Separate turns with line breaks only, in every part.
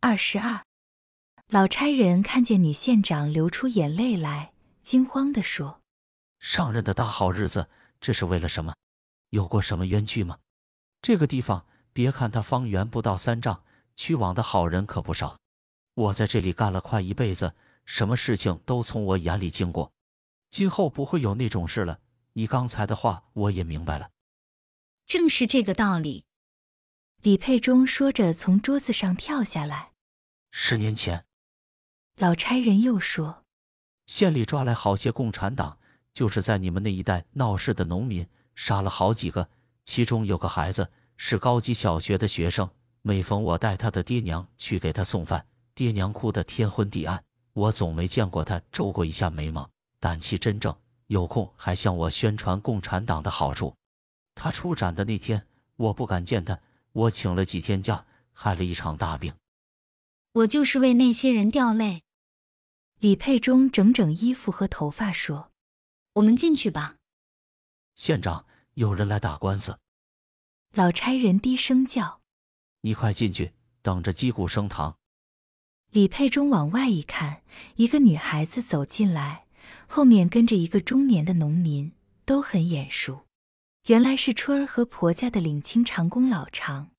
二十二，老差人看见女县长流出眼泪来，惊慌地说
上任的大好日子，这是为了什么？有过什么冤屈吗？这个地方，别看它方圆不到三丈，去往的好人可不少。我在这里干了快一辈子，什么事情都从我眼里经过，今后不会有那种事了。你刚才的话我也明白了。：“
正是这个道理。”
李佩忠说着从桌子上跳下来。
十年前，
老差人又说
县里抓来好些共产党，就是在你们那一带闹事的农民，杀了好几个，其中有个孩子是高级小学的学生。每逢我带他的爹娘去给他送饭，爹娘哭得天昏地暗，我总没见过他皱过一下眉毛，胆气真正。有空还向我宣传共产党的好处。他出展的那天，我不敢见他，我请了几天假，害了一场大病。
我就是为那些人掉泪。
李佩忠整整衣服和头发说
我们进去吧。
县长，有人来打官司。
老差人低声叫。
你快进去，等着击鼓升堂。
李佩忠往外一看，一个女孩子走进来，后面跟着一个中年的农民，都很眼熟，原来是春儿和婆家的领亲长工老常。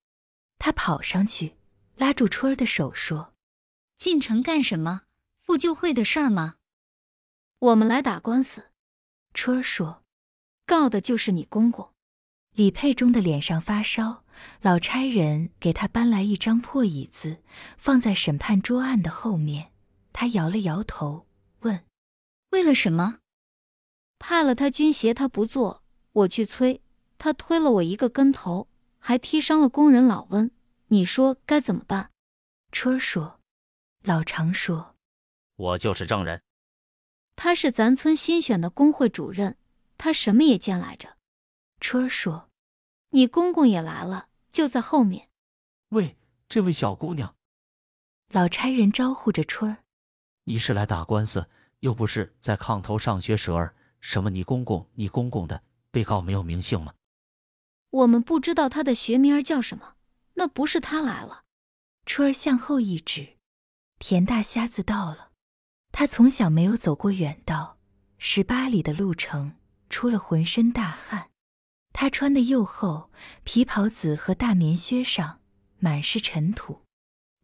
他跑上去，拉住春儿的手说
进城干什么？妇旧会的事儿吗？
我们来打官司，：“
春儿说。
告的就是你公公。”
李佩忠的脸上发烧，老差人给他搬来一张破椅子，放在审判桌案的后面。他摇了摇头，问
为了什么？
派了他军协，他不做，我去催，他推了我一个跟头，还踢伤了工人老温。你说该怎么办？
春儿说。老常说。
我就是证人。
他是咱村新选的工会主任，他什么也见来着。
春儿说
你公公也来了，就在后面。
喂，这位小姑娘，：“
老差人招呼着春儿。
你是来打官司，又不是在炕头上学蛇儿。什么你公公、你公公的，被告没有名姓吗？
我们不知道他的学名儿叫什么，那不是他来了。”
春儿向后一指，田大瞎子到了。他从小没有走过远道，十八里的路程，出了浑身大汗。他穿的又厚，皮袍子和大棉靴上满是尘土。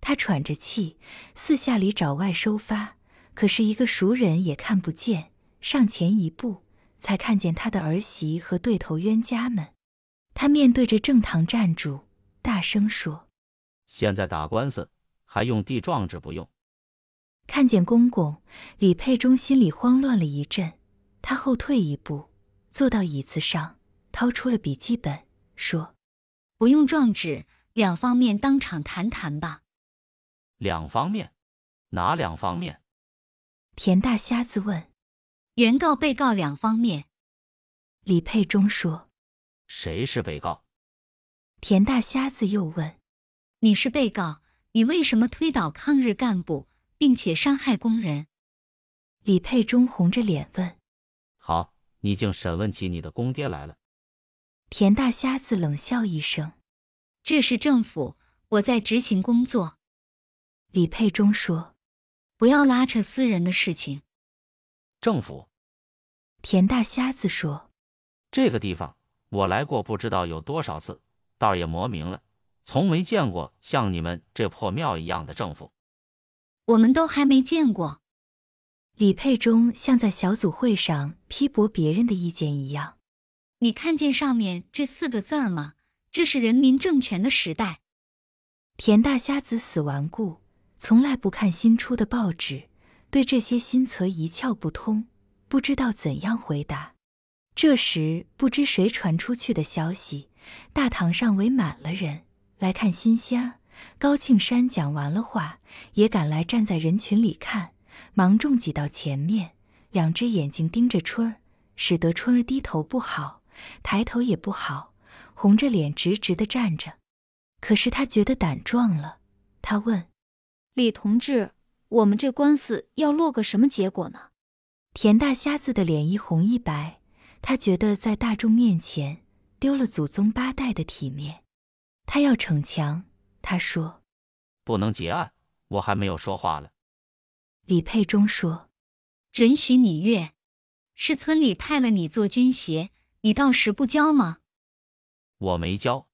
他喘着气，四下里找外收发，可是一个熟人也看不见。上前一步，才看见他的儿媳和对头冤家们。他面对着正堂站住，大声说：“
现在打官司还用地状纸不用？
看见公公，李佩忠心里慌乱了一阵，他后退一步，坐到椅子上，掏出了笔记本，说
不用状纸，两方面当场谈谈吧。
两方面，哪两方面？：“
田大瞎子问。
原告、被告两方面。”
李佩忠说
谁是被告？：“
田大瞎子又问。
你是被告，你为什么推倒抗日干部，并且伤害工人？”
李佩忠红着脸问
好，你竟审问起你的公爹来了。
田大瞎子，冷笑一声。
这是政府，我在执行工作，
李佩忠说
不要拉扯私人的事情。
政府：“
田大瞎子说，
这个地方我来过，不知道有多少次，倒也磨明了，从没见过像你们这破庙一样的政府。
我们都还没见过，
李佩忠像在小组会上批驳别人的意见一样。
你看见上面这四个字儿吗？这是人民政权的时代。
田大瞎子死顽固，从来不看新出的报纸，对这些新词一窍不通，不知道怎样回答。这时，不知谁传出去的消息，大堂上围满了人来看新鲜儿。高庆山讲完了话，也赶来站在人群里看，芒种挤到前面，两只眼睛盯着春儿，使得春儿低头不好，抬头也不好，红着脸直直的站着。可是他觉得胆壮了，他问
李同志，我们这官司要落个什么结果呢？
田大瞎子的脸一红一白，他觉得在大众面前丢了祖宗八代的体面，他要逞强。他说
不能结案，我还没有说话了。
李佩忠说
准许你越，是村里派了你做军协，你到时不交吗？
我没交，：“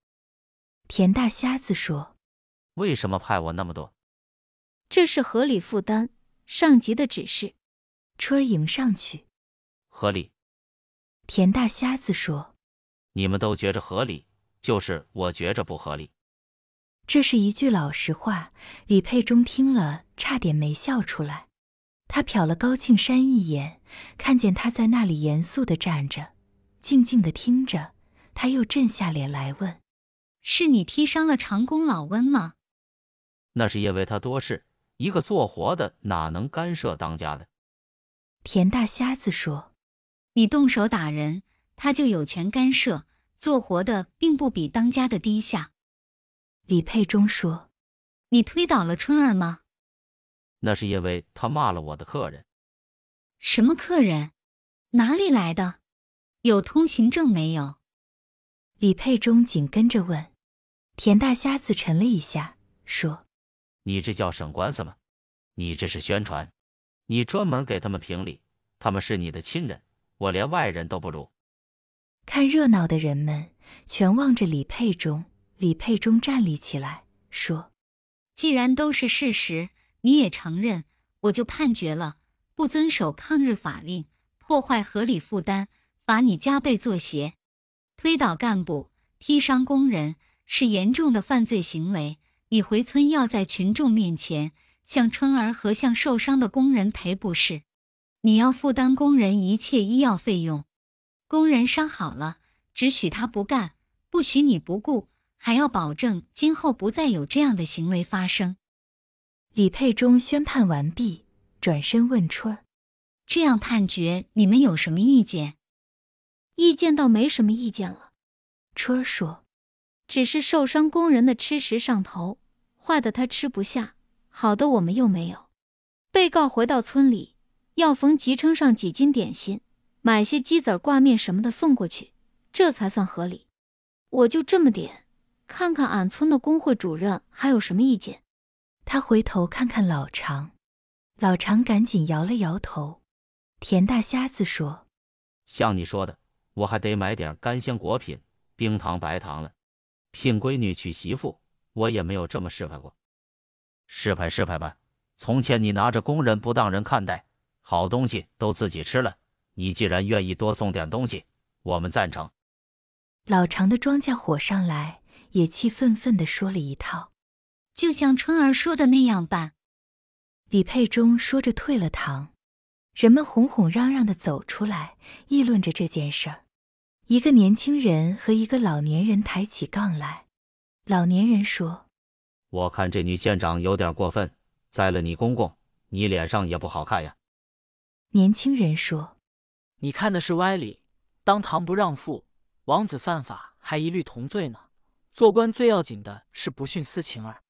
田大瞎子说，
为什么派我那么多？
这是合理负担，上级的指示。
春儿迎上去。
合理，”
田大瞎子说
你们都觉着合理，就是我觉着不合理。：“
这是一句老实话。”李佩忠听了差点没笑出来。他瞟了高庆山一眼，看见他在那里严肃的站着，静静的听着，他又震下脸来问
是你踢伤了长工老温吗？
那是因为他多事，一个做活的哪能干涉当家的？：“
田大瞎子说，
你动手打人，他就有权干涉。做活的并不比当家的低下。
李佩忠说，
你推倒了春儿吗？
那是因为他骂了我的客人。
什么客人？哪里来的？有通行证没有？
李佩忠紧跟着问。”田大瞎子沉了一下，说：“
你这叫省官司吗？你这是宣传，你专门给他们评理，他们是你的亲人，我连外人都不如。
看热闹的人们全望着李佩忠。李佩忠站立起来说
既然都是事实，你也承认，我就判决了：不遵守抗日法令，破坏合理负担，罚你加倍作协；推倒干部，踢伤工人，是严重的犯罪行为。你回村要在群众面前向春儿和向受伤的工人赔不是，你要负担工人一切医药费用。工人伤好了，只许他不干，不许你不顾，还要保证今后不再有这样的行为发生。：“
李佩忠宣判完毕，转身问春儿。
这样判决，你们有什么意见？
意见倒没什么意见了，
春儿说
只是受伤工人的吃食上头，坏的他吃不下，好的我们又没有。被告回到村里，要逢集称上几斤点心，买些鸡子儿、挂面什么的送过去，这才算合理。我就这么点，看看俺村的工会主任还有什么意见。：“
他回头看看老常。”老常赶紧摇了摇头。田大瞎子说
像你说的，我还得买点干鲜果品、冰糖、白糖了。聘闺女娶媳妇，我也没有这么失败过。失败失败吧，从前你拿着工人不当人看待，好东西都自己吃了。你既然愿意多送点东西，我们赞成。：“
老常的庄稼火上来，也气愤愤地说了一套。
就像春儿说的那样办。”
李佩忠说着退了堂。人们哄哄嚷嚷地走出来，议论着这件事儿。一个年轻人和一个老年人抬起杠来。老年人说。
我看这女县长有点过分，栽了你公公，你脸上也不好看呀。
年轻人说
你看的是歪理，当堂不让父，王子犯法还一律同罪呢。做官最要紧的是不徇私情儿。